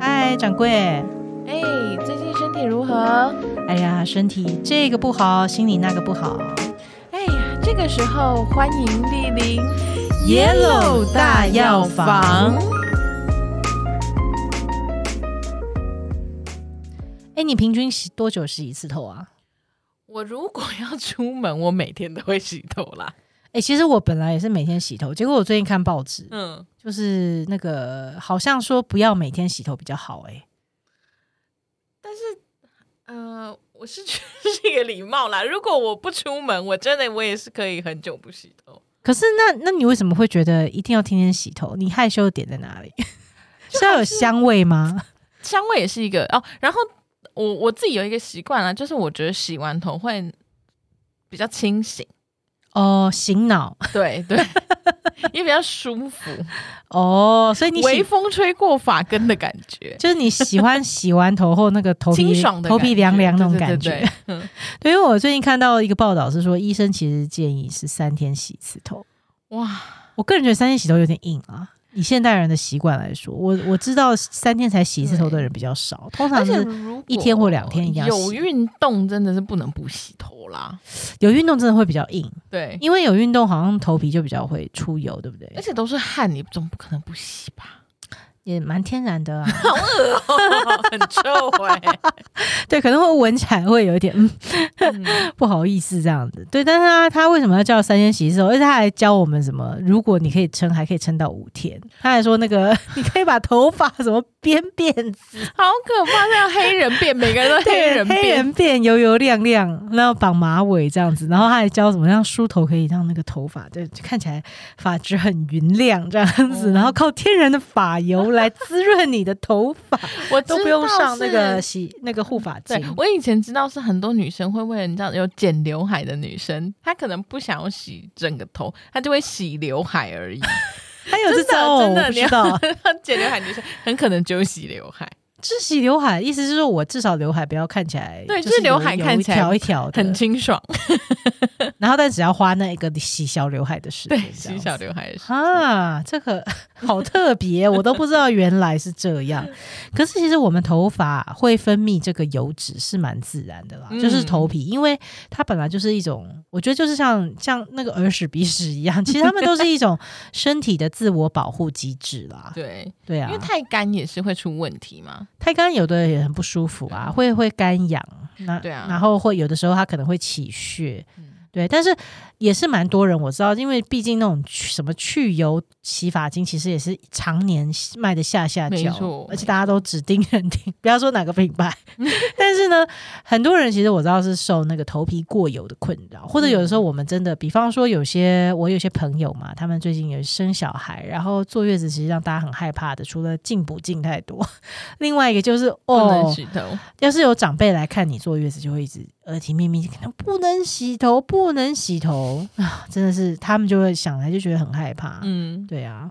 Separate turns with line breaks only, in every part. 嗨，掌柜。
哎，最近身体如何？
哎呀，身体这个不好，心里那个不好。
哎呀，这个时候欢迎莅临
Yellow 大药房。哎，你平均洗多久洗一次头啊？
我如果要出门，我每天都会洗头啦。
哎，其实我本来也是每天洗头，结果我最近看报纸，
嗯，
就是那个好像说不要每天洗头比较好、哎，
呃，我是觉得是一个礼貌啦。如果我不出门，我真的我也是可以很久不洗头。
可是那那你为什么会觉得一定要天天洗头？你害羞的点在哪 里？是要有香味吗？
香味也是一个哦。然后我我自己有一个习惯啦，就是我觉得洗完头会比较清醒，
哦，醒脑
对对， 也比较舒服，
哦，所以你
微
喜
风吹过发根的感觉。
就是你喜欢洗完头后那个头皮
清爽的
头
感
皮
觉
凉凉那种
对
感
对
觉。
对对嗯
对，因为我最近看到一个报道是说，医生其实建议是三天洗一次头。
哇，
我个人觉得三天洗头有点硬啊。以现代人的习惯来说，我我知道三天才洗一次头的人比较少，通常
而且
是
如果
一天或两天一定要洗
有运动真的是不能不洗头啦。
有运动真的会比较硬，
对，
因为有运动好像头皮就比较会出油，对不对
而？且都是汗，你总不可能不洗 吧？
也蛮天然的啊，
很臭
欸
哎、
对，可能会闻起来会有一点嗯
嗯
不好意思这样子。对，但是他他为什么要叫三天洗一次头？而且他还教我们什么？如果你可以撑，还可以撑到五天。他还说那个 你可以把头发什么编辫子，
好可怕！像黑人变，每个 人都黑人
黑
变，
人辫油油亮亮，然后绑马尾这样子。然后他还教怎么样梳头可以让那个头发就就看起来发质很匀亮这样子，
哦
然后靠天然的发油来滋润你的头 发，
我
都
知
不用
道
上那
是
个。洗那个护发
对
精。
我以前知道是很多女生会为了你知道有剪刘海的女生，她可能不想要洗整个头，她就会洗刘海而已。
还有这
真的
招哦，
真的
我不
你
知
要
道。
剪刘海女生很可能只有洗刘海，
是洗刘海，意思是说我至少刘海不要看起来，
对
就
就是是
有
刘海看起来
有一条一条的
很，清爽。
然后但只要花那一个洗小刘海的时间，
对，洗小
刘
刘海也是。
啊，这个 好特别，我都不知道原来是这样。可是其实我们头发会分泌这个油脂是蛮自然的啦，
嗯
就是头皮，因为它本来就是一种，我觉得就是像像那个耳屎鼻屎一样，其实它们都是一种身体的自我保护机制啦。
对，
对啊，
因为太干也是会出问题嘛。
太干有的也很不舒服啊，会会干痒，那
对啊
然后会有的时候它可能会起屑，
嗯
对，但是也是蛮多人我知道，因为毕竟那种去什么去油洗发精，其实也是常年卖的下下
没
脚
错，
而且大家都指定认定，不要说哪个品 牌，但是呢，很多人其实我知道是受那个头皮过油的困扰，或者有的
嗯
时候我们真的，比方说有些我有些朋友嘛，他们最近有生小孩，然后坐月子，其实让大家很害怕的，除了进补进太多，另外一个就是
不能
哦，
洗头，
要是有长辈来看你坐月子，就会一直耳提面命，可能不能洗头，不能洗头啊，真的是他们就会想来就觉得很害怕，
嗯，
对啊，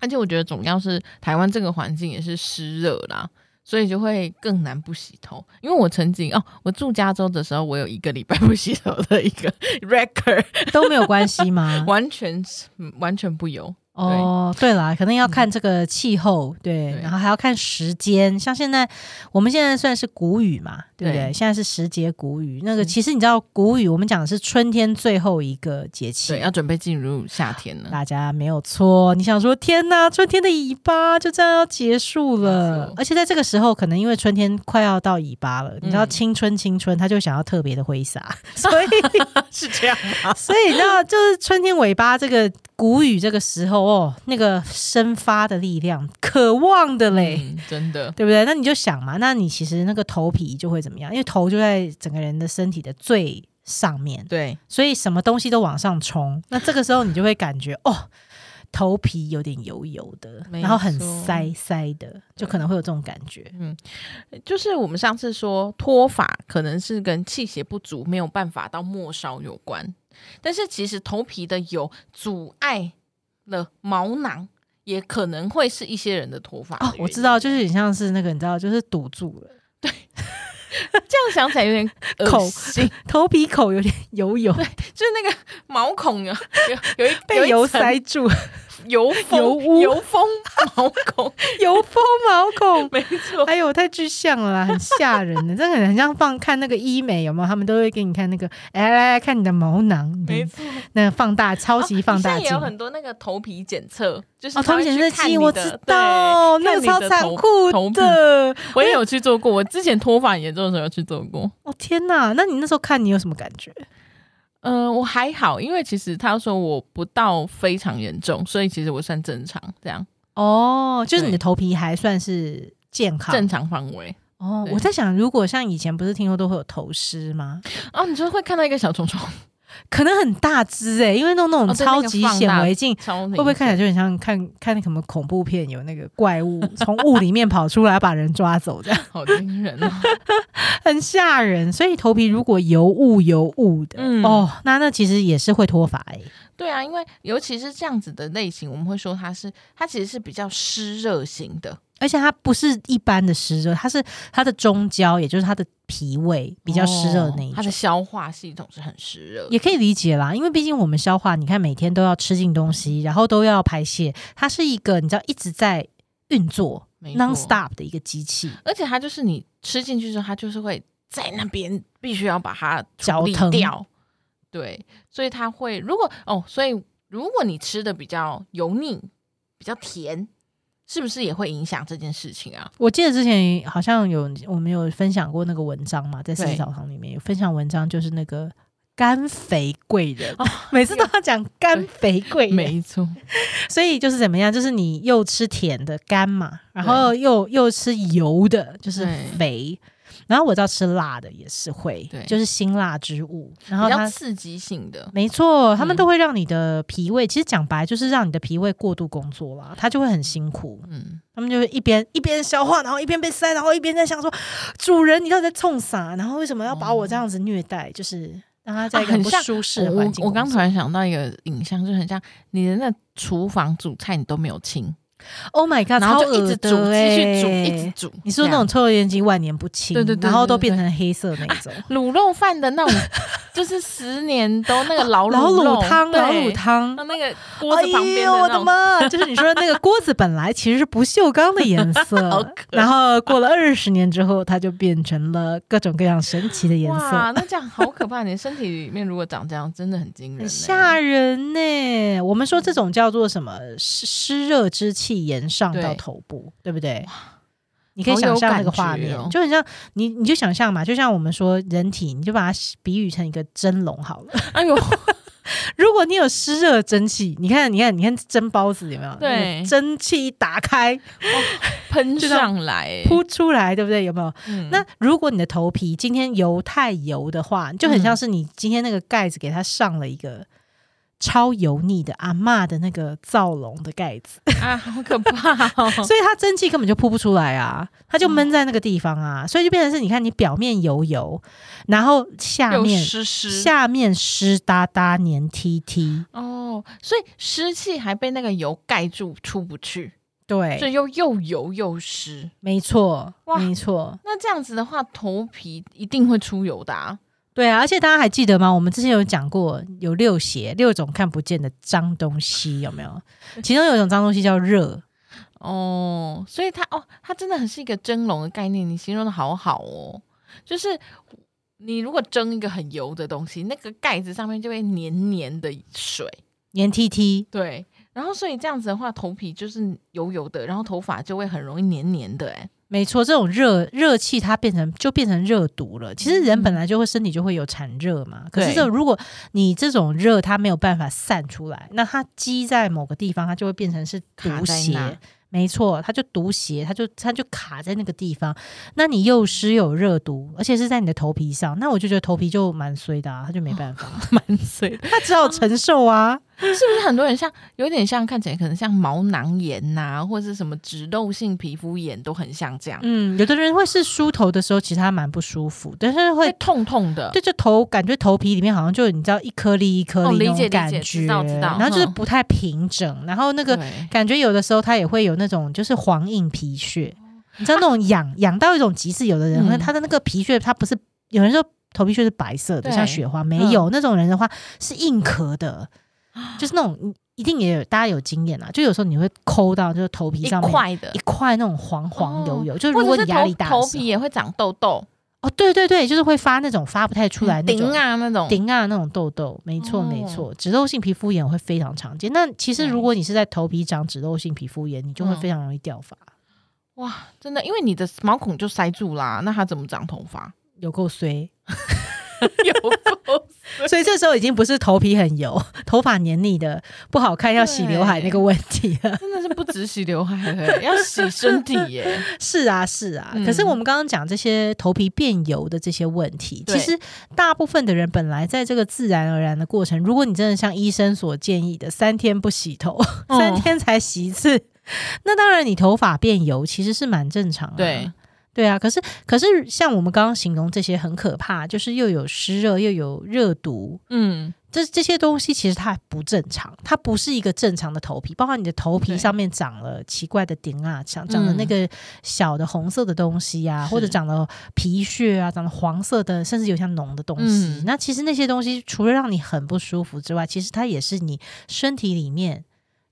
而且我觉得总要是台湾这个环境也是湿热啦，所以就会更难不洗头。因为我曾经哦，我住加州的时候，我有一个礼拜不洗头的一个 record，
都没有关系 吗？
完全是嗯完全不油。
哦，对啦，可能要看这个气候，对，
对
然后还要看时间。像现在，我们现在算是谷雨嘛，对不对？
对
现在是时节谷雨，那个
嗯
其实你知道，谷雨我们讲的是春天最后一个节
对，
气。
要准备进入夏天了。
大家没有错，你想说天呐，春天的尾巴就这样要结束
没
了
错，
而且在这个时候，可能因为春天快要到尾巴了，你知道
嗯
青春青春，他就想要特别的挥 洒，所以
是这样吗？
所以你知道，就是春天尾巴这个谷雨这个时候哦，那个生发的力量，渴望的嘞，
嗯，真的。
对不对？那你就想嘛，那你其实那个头皮就会怎么样？因为头就在整个人的身体的最上面，
对，
所以什么东西都往上冲。那这个时候你就会感觉哦。头皮有点油油的，
没错
然后很塞塞的，就可能会有这种感觉。
就是我们上次说脱发可能是跟气血不足没有办法到末梢有关，但是其实头皮的油阻碍了毛囊，也可能会是一些人的脱发的
哦，
原因
我知道，就是很像是那个，你知道，就是堵住了。
这样想起来有点
口
恶心，
头皮口有点油油，
就是那个毛孔啊，有有一有
被
一
油
层
塞住，
油
油
封
污
油封毛孔，
油封毛孔。
没错，
哎呦，太具象了啦，很吓人的，真的很像放看那个医美有没有？他们都会给你看那个，哎，来来看你的毛囊，你的
没错。
那个放大超级放
哦
大
你现在也
镜。
有很多那个头皮检测， 就是
哦，
它
头皮
会
检
去
测
看你
机
的
我知道，
对
那个
看
超
你的
残
头
酷
头皮
的。
我也有去做过，我之前脱发严重的时候有去做过。
哦天哪，那你那时候看你有什么感觉？
嗯、我还好，因为其实他说我不到非常严重，所以其实我算正常，这样
哦，就是你的
对
头皮还算是健康。
正常范围。
哦，
对
我在想，如果像以前不是听说都会有头虱吗？
哦，你就会看到一个小虫虫，
可能很大只哎、因为弄那种
哦对那
超
个
级
放
显
大
微镜。
超
会不会看起来就很像看看什么恐怖片，有那个怪物从雾里面跑出来把人抓走，这样
好惊人哦？
很吓人。所以头皮如果油雾油雾的，
嗯
哦，那那其实也是会脱发哎、
对啊，因为尤其是这样子的类型，我们会说它是它其实是比较湿热型的，
而且它不是一般的湿热，它是它的中焦，也就是它的脾胃比较湿热的那一种。
哦它的消化系统是很湿热的，
也可以理解啦，因为毕竟我们消化，你看每天都要吃进东西，然后都要排泄，它是一个你知道一直在运作
没错
non stop 的一个机器，
而且它就是你吃进去之后，它就是会在那边必须要把它
脚
处理
疼
掉。对，所以它会如果哦，所以如果你吃的比较油腻、比较甜，是不是也会影响这件事情啊？
我记得之前好像有我们有分享过那个文章嘛，在四
对
十澡堂里面有分享文章，就是那个肝肥贵人，
哦
每次都要讲肝肥 贵人，
错，
所以就是怎么样，就是你又吃甜的干嘛，然后又又吃油的，就是肥。然后我知道吃辣的也是会
对，
就是辛辣之物。然后
比较
它
刺激性的。
没错，他们
嗯
都会让你的脾胃，其实讲白就是让你的脾胃过度工作啦，它就会很辛苦。
嗯，
他们就会一边一边消化，然后一边被塞，然后一边在想说，主人你到底在冲啥？然后为什么要把我这样子虐待？就是让他在一个
啊很
不
像
舒适的
我
环境
我刚
工
突
作
然想到一个影像，就很像你的那厨房煮菜，你都没有清，
，Oh my god，
然后就
超
一直
恶
煮，
的
继续煮，
欸
一直煮。
你是不是
这
那
样
种抽油烟机万年不清，
对对对
然后都
对对
变成黑色那 种，
卤肉饭的 那种，就是十年都那个老卤
哦老
肉
卤汤，
对
老卤汤
那。那个锅子旁边
哎呦我的
的那种，
妈！ 就是你说那个锅子本来其实是不锈钢的颜
好
色
可，
然后过了二十年之后，它就变成了各种各样神奇的颜
哇，
色，
那这样好可怕！你身体里面如果长这样，真的很惊 人、
很
欸。
吓人呢、我们说这种叫做什么湿湿热之气延上到
对
头部，对不对？你可以
好
想
有
象那
感
个画
觉
面，
哦
就很像你，你就想象嘛，就像我们说人体，你就把它比喻成一个蒸笼好了。
哎呦，
如果你有湿热蒸汽，你看，你看，你看蒸包子有没有？
对
那个蒸汽一打开
喷
就这样
上来、欸，
扑出来，对不对？有没有？
嗯
那如果你的头皮今天油太油的话，就很像是你今天那个盖子给它上了一个超油腻的阿嬷的那个灶笼的盖子，
啊，好可怕、哦！
所以它蒸汽根本就扑不出来啊，它就闷在那个地方啊，
嗯
所以就变成是你看你表面油油，然后 下
又
面
湿湿
下面湿哒哒黏 T T，
哦，所以湿气还被那个油盖住，出不去，
对
所，以又又油又湿。
没错，
哇
没错。
那这样子的话，头皮一定会出油的、啊。
对啊，而且大家还记得吗？我们之前有讲过有六邪，六种看不见的脏东西，有没有？其中有一种脏东西叫热，
哦，所以它哦，它真的很是一个蒸笼的概念，你形容的好好哦。就是你如果蒸一个很油的东西，那个盖子上面就会黏黏的水，
黏 T T，
对。然后所以这样子的话，头皮就是油油的，然后头发就会很容易黏黏的、哎，
没错，这种热热气它变成就变成热毒了。其实人本来就会身体就会有产热嘛，可是
嗯对
这种如果你这种热它没有办法散出来，那它积在某个地方，它就会变成是
卡
毒
在那
邪。没错，它就毒邪，它就它就卡在那个地方。那你又湿有热毒，而且是在你的头皮上，那我就觉得头皮就蛮衰的啊，它就没办法。
蛮碎的。
他只好承受啊。
是不是很多人像有点像看起来可能像毛囊炎呐、或者是什么脂漏性皮肤炎，都很像这样，
嗯，有的人会是梳头的时候，其实他蛮不舒服，但是
会
会
痛痛的。
对就头感觉头皮里面好像就你知道一颗粒一颗
哦
粒
理
那
解
种感
理解
觉，
知道知道
然后就是
嗯
不太平整，然后那个
对
感觉有的时候它也会有那种就是黄硬皮屑。你知道那种痒痒到一种极致，有的人、
哦嗯
他的那个皮屑，它不是有人说头皮屑是白色的，
对嗯
像雪花，没有、那种人的话是硬壳的， 就是那种一定也有大家有经验啊，就有时候你会抠到就是头皮
一
上面
块的哦
一，块那种黄黄油油，就如
或
果
者
你
是
压力
头
大的
头
时
皮
候
也会长痘痘，
哦，对对对，就是会发那种发不太出来那种
顶啊哦那种，
顶啊那种痘痘，没错没错，脂漏性皮肤炎会非常常见。那其实如果你是在头皮长脂漏性皮肤炎，你就会
嗯
非常容易掉发，
哇，真的，因为你的毛孔就塞住啦，那它怎么长头 发？
有够衰。
有
所以这时候已经不是头皮很油、头发黏腻的不好看要洗刘海那个问题了。
真的是不止洗刘海了，要洗身体耶。
是啊是啊，
嗯
可是我们刚刚讲这些头皮变油的这些问题，
对
其实大部分的人本来在这个自然而然的过程，如果你真的像医生所建议的三天不洗头，
嗯
三天才洗一次，那当然你头发变油其实是蛮正常的、
对，
对啊，可是可是像我们刚刚形容这些很可怕，就是又有湿热又有热毒，
嗯，
这这些东西其实它不正常，它不是一个正常的头皮，包括你的头皮
对嗯
上面长了奇怪的顶啊，长长了那个小的红色的东西啊，
是
或者长了皮屑啊，长了黄色的，甚至有像脓的东西。
嗯
那其实那些东西除了让你很不舒服之外，其实它也是你身体里面。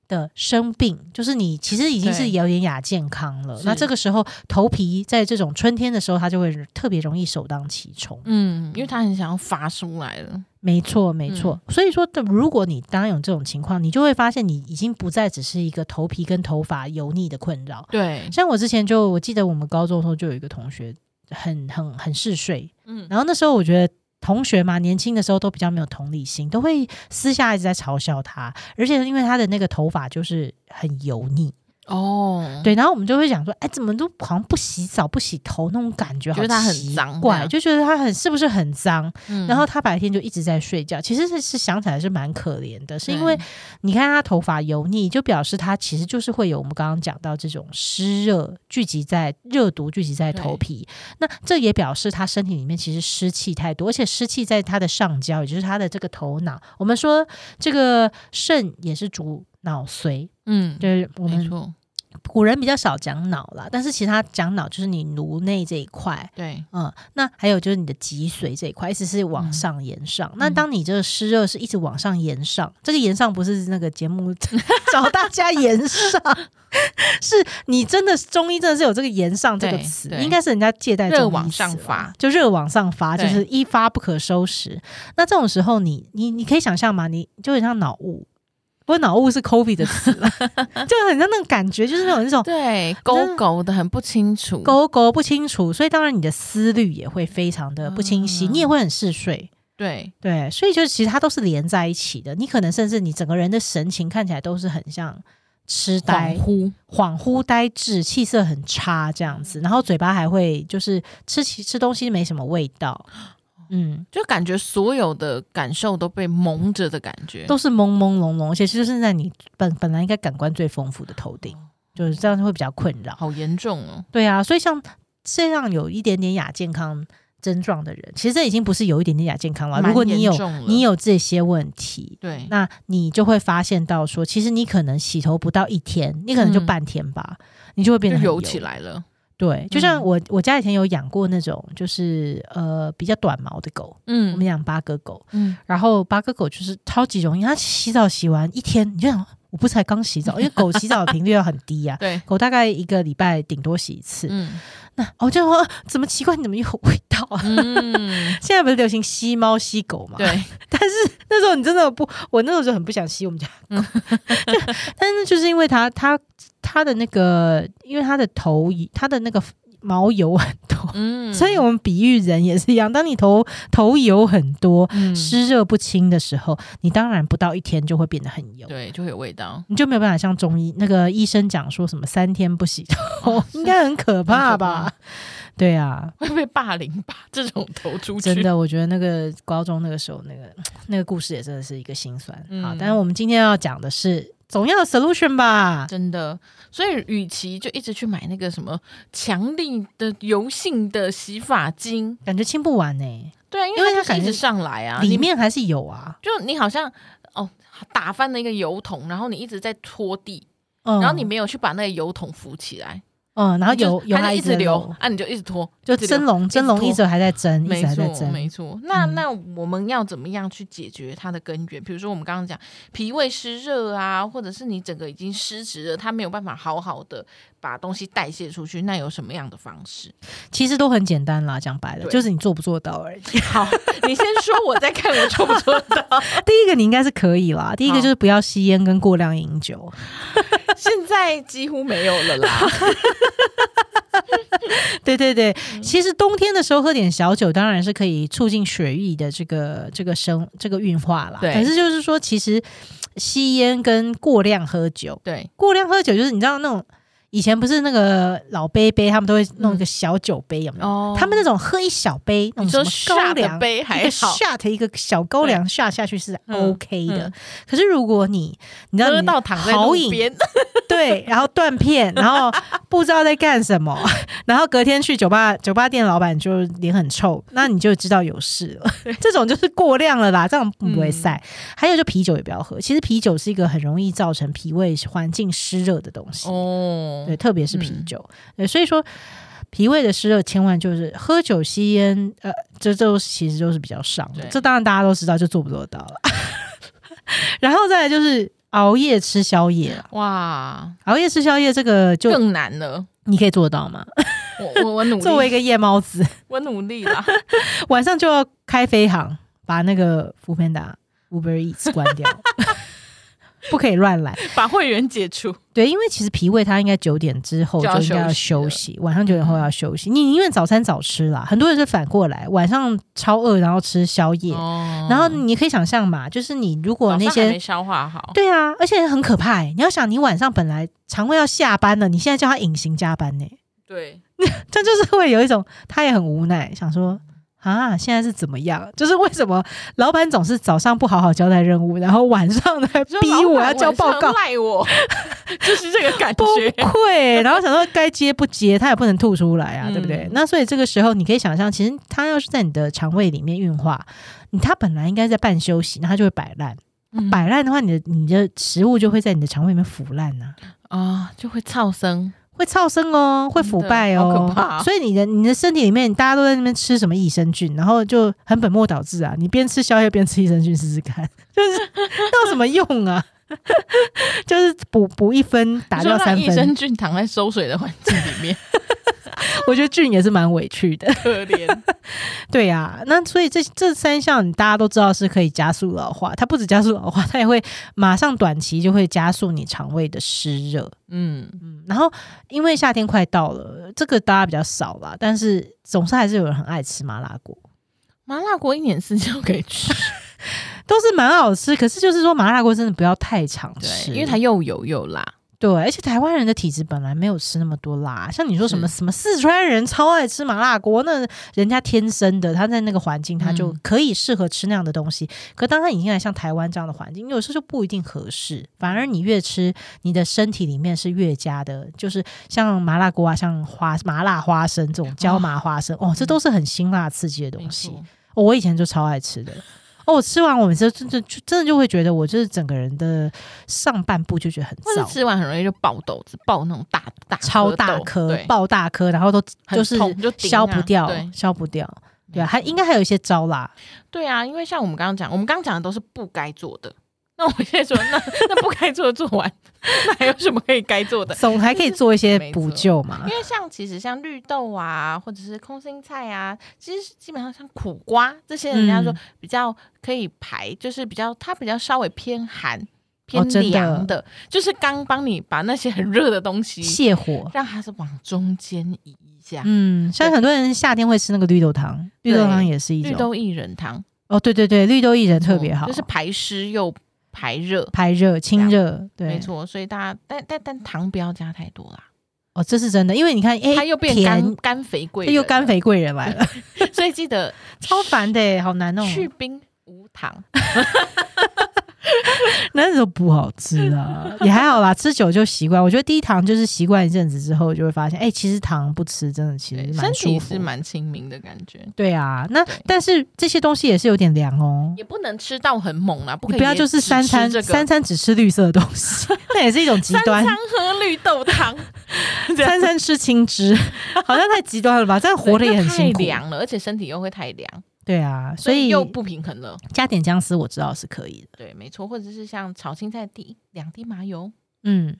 的生病，就是你其实已经是
对
有点亚健康了。
是
那这个时候，头皮在这种春天的时候，它就会特别容易首当其冲。
嗯，因为他很想要发出来了。
没错，
嗯
没错。所以说，如果你当有这种情况，你就会发现你已经不再只是一个头皮跟头发油腻的困扰。
对，
像我之前就，我记得我们高中的时候就有一个同学很很很嗜睡，
嗯，
然后那时候我觉得。同学嘛，年轻的时候都比较没有同理心，都会私下一直在嘲笑他，而且因为他的那个头发就是很油腻，
哦，
对，然后我们就会想说，哎，怎么都好像不洗澡、不洗头那种感觉，
觉得他
好
很
奇
脏这
怪，
样
就觉得他很是不是很脏？
嗯，
然后他白天就一直在睡觉，其实是是想起来是蛮可怜的，是因为
对
你看他头发油腻，就表示他其实就是会有我们刚刚讲到这种湿热聚集在热毒聚集在头
对
皮，那这也表示他身体里面其实湿气太多，而且湿气在他的上焦，也就是他的这个头脑。我们说这个肾也是主脑髓，
嗯，
就是我
没
们
错，
古人比较少讲脑啦，但是其实他讲脑就是你颅内这一块，
对，
嗯，那还有就是你的脊髓这一块，一直是往
嗯
上延上。那
嗯
当你这个湿热是一直往上延上，这个延上不是那个节目 找大家延上， 是你真的中医真的是有这个延上这个
对
词，
对
应该是人家借代
热
中医
往
词
上
啦
发，
就热往上发，就
对
是一发不可收拾。那这种时候你，你你可以想象嘛，你就很像脑雾。不过脑雾是 COVID 的词了， 就很像那种感觉，就是那哦种那种
对，勾勾的很不清楚，
勾勾不清楚，所以当然你的思虑也会非常的不清晰，
嗯
你也会很嗜睡。
对，
对，所以就是其实它都是连在一起的。你可能甚至你整个人的神情看起来都是很像痴
恍
呆、
惚，
恍惚、嗯呆滞，气色很差这样子，然后嘴巴还会就是吃起吃东西没什么味道，嗯，
就感觉所有的感受都被蒙着的感觉，
都是朦朦胧胧，而且就是在你本本来应该感官最丰富的头顶，就是这样会比较困扰。
好严重哦。
对啊，所以像这样有一点点亚健康症状的人，其实这已经不是有一点点亚健康了。如果你有你
有
有这些问题，
对，
那你就会发现到说，其实你可能洗头不到一天，你可能就
嗯
半天吧，你就会变
就
得很
游起。来了。
对，就像
嗯
我我家以前有养过那种就是呃比较短毛的狗，我
嗯
们养八哥狗，
嗯，
然后八哥狗就是超级容易，它洗澡洗完一天，你就想我不是才刚洗澡，因为狗洗澡的频率要很低呀、
对，
狗大概一个礼拜顶多洗一次，
嗯
那我哦就说呃怎么奇怪，你怎么有味道啊？
嗯，
现在不是流行吸猫吸狗嘛？。
对，
但是那时候你真的不，我那时候就很不想吸我们家狗，
嗯
就但是就是因为它它它的那个，因为它的头它的那个毛油很多，
嗯，
所以我们比喻人也是一样，当你头头油很多、
嗯
湿热不清的时候，你当然不到一天就会变得很油。
对就会有味道，
你就没有办法像中医那个医生讲说什么三天不洗
哦
头， 应该很可怕吧？对啊，
会被霸凌吧？这种投出去，
真的，我觉得那个高中那个时候，那个那个故事也真的是一个心酸。
嗯
好，但是我们今天要讲的是，总要有 solution 吧？
真的，所以与其就一直去买那个什么强力的油性的洗发精，
感觉清不完呢、
对啊，因
因为
为它
它
就是
感
一
觉
直上来啊，
里
你
面还是有啊。
就你好像哦打翻了一个油桶，然后你一直在拖地，
嗯
然后你没有去把那个油桶扶起来，
嗯，然后
你就
油油
它
还
就一直流
流，
啊，你就一直拖，
就
一直流
蒸笼蒸笼
拖
一直还在蒸，一
没
直还在
错，
蒸。
没错。那
嗯
那我们要怎么样去解决它的根源？比如说我们刚刚讲脾胃湿热啊，或者是你整个已经失职了，它没有办法好好的把东西代谢出去，那有什么样的方 式？
其实都很简单啦，讲白了，
对
就是你做不做到而已。
好，你先说，我再看我做不做到。
第一个你应该是可以啦，第一个
好
就是不要吸烟跟过量饮酒，
现在几乎没有了啦。
对对对，
嗯
其实冬天的时候喝点小酒，当然是可以促进血液的这个这个生这个运化啦。
对
可是就是说，其实吸烟跟过量喝酒，
对，
过量喝酒就是你知道那种以前不是那个老杯杯，他们都会弄一个小酒杯，有没有？
哦
他们那种喝一小杯，那
你
种
说
什么高
下
粱
的杯
一
还
个
好，
shot 一个小高粱下下去是
嗯
OK 的，
嗯
可是如果你你知道
喝
你
到躺在
好
路
饮
边，
对，然后断片，然后不知道在干什么， 然后隔天去酒吧，酒吧店老板就脸很臭，那你就知道有事了。这种就是过量了啦，这样不会晒。
嗯
还有就啤酒也不要喝，其实啤酒是一个很容易造成脾胃环境湿热的东西，
哦
对，，特别是啤
嗯
酒。对，所以说脾胃的湿热千万就是喝酒、吸烟，呃，这都其实都是比较伤的
对。
这当然大家都知道，就做不做得到了。 然后再来就是熬夜吃宵夜啦。
哇，
熬夜吃宵夜这个就
更难了。
你可以做到吗？
我我我努
作为一
力，
个夜猫子，
我努力啦。
晚上就要开飞航，把那个福片达 Uber Eats 关 掉，不可以乱来。
把会员解除。
对，因为其实脾胃它应该九点之后
就
就
要
应该要休
休
息，晚上九点后要休息。你宁愿早餐早吃啦，很多人是反过来，晚上超饿然后吃宵夜，
哦
然后你可以想象嘛，就是你如果
早
那
上还
些
没消化好，
对啊，而且很可怕、欸。你要想，你晚上本来肠胃要下班了，你现在叫他隐形加班呢、
对，
这就是会有一种他也很无奈，想说啊，现在是怎么样？就是为什么老板总是早上不好好交代任务，然后晚上 呢还
说
逼
老
我
板
要交
晚
报
上
告，
赖 我，就是这个感
崩
觉。
溃。然后想说该接不接，他也不能吐出来啊，对不对
嗯？
那所以这个时候你可以想象，其实他要是在你的肠胃里面运化，你他本来应该在半休息，那他就会摆烂。
嗯
摆烂的话，你的你的食物就会在你的肠胃里面腐烂呐、
啊，就会噪声。
会噪声哦，会腐败
真的好
哦，
可怕
所以你的你的身体里面，大家都在那边吃什么益生菌，然后就很本末倒置啊！你边吃宵夜边吃益生菌试试看， 就是那有什么用啊？ 就是补补一分，打
你
掉
说让
三
益
分
生，菌躺在馊水的环境里 面，
我觉得菌也是蛮委屈的。
可怜。
对啊，那所以这这三项大家都知道是可以加速老化，它不止加速老化，它也会马上短期就会加速你肠胃的湿热。
嗯，
嗯，然后因为夏天快到了，这个大家比较少啦，但是总是还是有人很爱吃麻辣锅，
麻辣锅一年四季都可以吃，
都是蛮好吃。可是就是说麻辣锅真的不要太常吃，
对， 因为它又油又辣。
对，而且台湾人的体质本来没有吃那么多辣，像你说什么什么四川人超爱吃麻辣锅，那人家天生的，他在那个环境他就
嗯
可以适合吃那样的东西。可当他已经来像台湾这样的环境，有时候就不一定合适，反而你越吃，你的身体里面是越加的，就是像麻辣锅啊，像花麻辣花生这种椒麻花生，哦，这都是很辛辣刺激的东西。
嗯没错
哦我以前就超爱吃的。哦，我吃完我每次真的就真的就会觉得我就是整个人的上半部就觉得很
或
燥
者，吃完很容易就爆痘子，爆那种大大
超大
颗痘，
颗
对，
爆大颗，然后都
很
就是
痛就顶啊
消不掉
对，
消不掉。对啊，还应该还有一些招啦。
对啊，因为像我们刚刚讲，我们刚刚讲的都是不该做的。那我现在说，那那不该做的做完， 那还有什么可以该做的？
总还可以做一些
没错
补救嘛
因。为像其实像绿豆啊，或者是空心菜啊，其实基本上像苦瓜这些，人家说
嗯
比较可以排，就是比较它比较稍微偏寒、
哦
偏
真的
凉的，就是刚帮你把那些很热的东西，
嗯泻火，
让它是往中间移一下。
嗯，像很多人夏天会吃那个绿豆汤，绿豆汤也是一
绿
种。
豆薏仁汤
哦，对对对，绿豆薏仁特别
嗯
好，
就是排湿又排热，
排热清热。对，
没。错。所以大家但但但糖不要加太多啦，
哦，这是真的，因为你看，哎，
它又变
甜
干，干肥贵，
又甘，肥贵人来 了，
所以记 得
超烦的，欸好难哦弄。
去冰无糖。
那时候不好吃 啊，也还好啦，吃久就习惯。我觉得低糖就是习惯一阵子之后，就会发现，哎、其实糖不吃真的其
对
实
身
蛮舒
体
服
是。蛮亲民的感觉，
对啊，那
对
但是这些东西也是有点凉哦。
也不能吃到很猛啦，不可
你
以
不要就是三餐、
只吃这个
三餐只吃绿色的东西，那也是一种极
三
端。
餐喝绿豆汤，
餐餐吃青汁，好像太极端了吧？这样活着也很辛
太
苦。
凉了，而且身体又会太凉，
对啊，
所
所以
又不平衡了。
加点姜丝我知道是可以的。
对，没错，或者是像炒青菜滴两滴麻油，
嗯，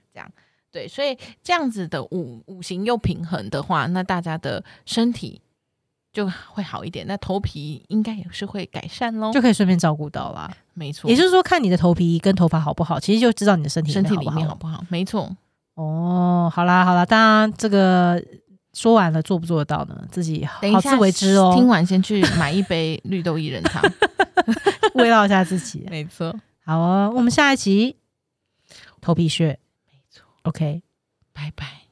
对，所以这样子的五五行又平衡的话，那大家的身体就会好一点，那头皮应该也是会改善喽。
嗯就可以顺便照顾到啦。
没错，
也就是说，看你的头皮跟头发好不好，其实就知道你的身体
身体
好
里
不好
面好不好？没错，
哦，好啦好啦，当然这个说完了做不做得到呢？自己好
等一
好
下
自为之哦，
听完先去买一杯绿豆薏仁 汤。
慰劳一下自己。
没错，
好哦，我们下一集头皮屑
没错，
，OK，
拜拜。